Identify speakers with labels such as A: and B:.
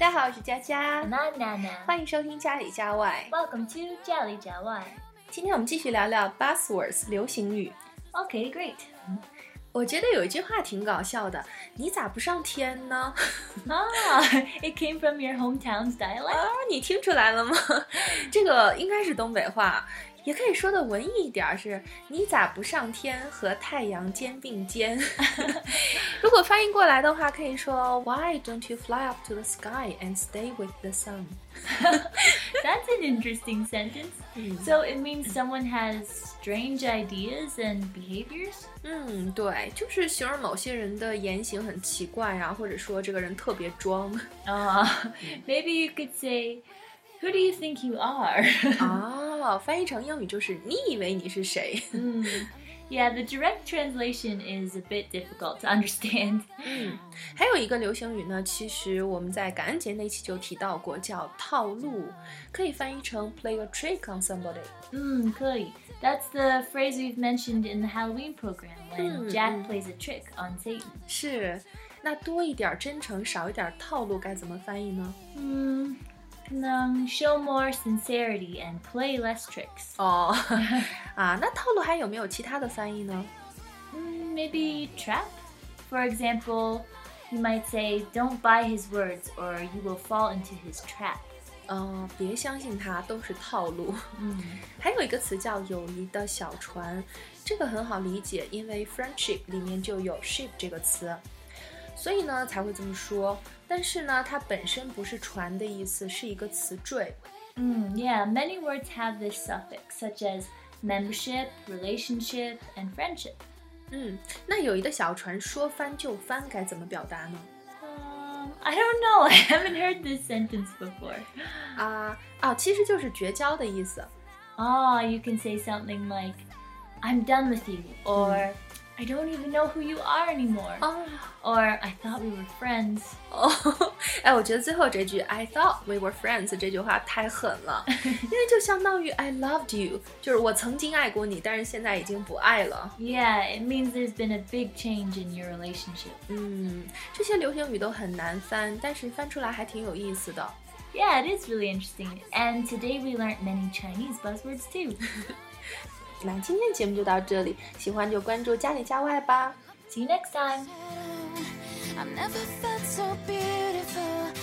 A: 大家好，我是佳佳，
B: Banana.
A: 欢迎收听家里家外。
B: Welcome to Jelly Jawai.
A: 今天我们继续聊聊 buzzwords 流行语。
B: Okay, great.
A: 我觉得有一句话挺搞笑的，你咋不上天呢？
B: Ah, it came from your hometown's dialect.
A: 啊，你听出来了吗？ 这个应该是东北话，也可以说的文艺一点儿是“你咋不上天”和“太阳肩并肩” 。如果翻译过来的话，可以说 “Why don't you fly up to the sky and stay with the sun？”
B: That's an interesting sentence.
A: 嗯
B: So it means someone has strange ideas and behaviors.
A: 嗯，对，就是形容某些人的言行很奇怪啊，或者说这个人特别装
B: Ah, maybe you could say, "Who do you think you are?"
A: 啊。翻译成英语就是“你以为你是谁
B: Hmm. Yeah, the direct translation is a bit difficult to understand. ”？
A: 嗯，还有一个流行语呢，其实我们在感恩节那期就提到过，叫套路，可以翻译成 “play a trick on somebody”。
B: Mm, Chloe. That's the phrase we've mentioned in the Halloween program when
A: Mm,
B: Jack
A: mm.
B: plays a trick on Satan.
A: 是，那多一点真诚，少一点套路，该怎么翻译呢？
B: Hmm. Kanang, show more sincerity and play less tricks.
A: 哦， 啊，那套路还有没有其他的翻译呢？
B: Mm, maybe trap? For example, you might say, don't buy his words or you will fall into his trap.
A: 嗯，别相信他，都是套路。
B: Mm.
A: 还有一个词叫“友谊的小船”，这个很好理解，因为 friendship 里面就有 ship 这个词，所以呢才会这么说。但是呢，它本身不是船的意思，是一个词缀。
B: Mm, yeah, many words have this suffix, such as membership, relationship, and friendship.
A: 嗯，那友谊的小船说翻就翻，该怎么表达呢？
B: Um, I don't know. I haven't heard this sentence before.
A: 啊啊，其实就是绝交的意思。
B: Ah, you can say something like, I'm done with you, or I don't even know who you are anymore,
A: 哦
B: or I thought we were friends.
A: 哦，哎，我觉得最后这句 “I thought we were friends” 这句话太狠了，因为就相当于 “I loved you”，就是我曾经爱过你，但是现在已经不爱了。
B: Yeah, it means there's been a big change in your relationship.
A: 嗯，这些流行语都很难翻，但是翻出来还挺有意思的。
B: Yeah, it is really interesting. And today we learned many Chinese buzzwords too.
A: 那今天节目就到这里，喜欢就关注家里家外吧。
B: See you next time.
C: I've never felt so beautiful.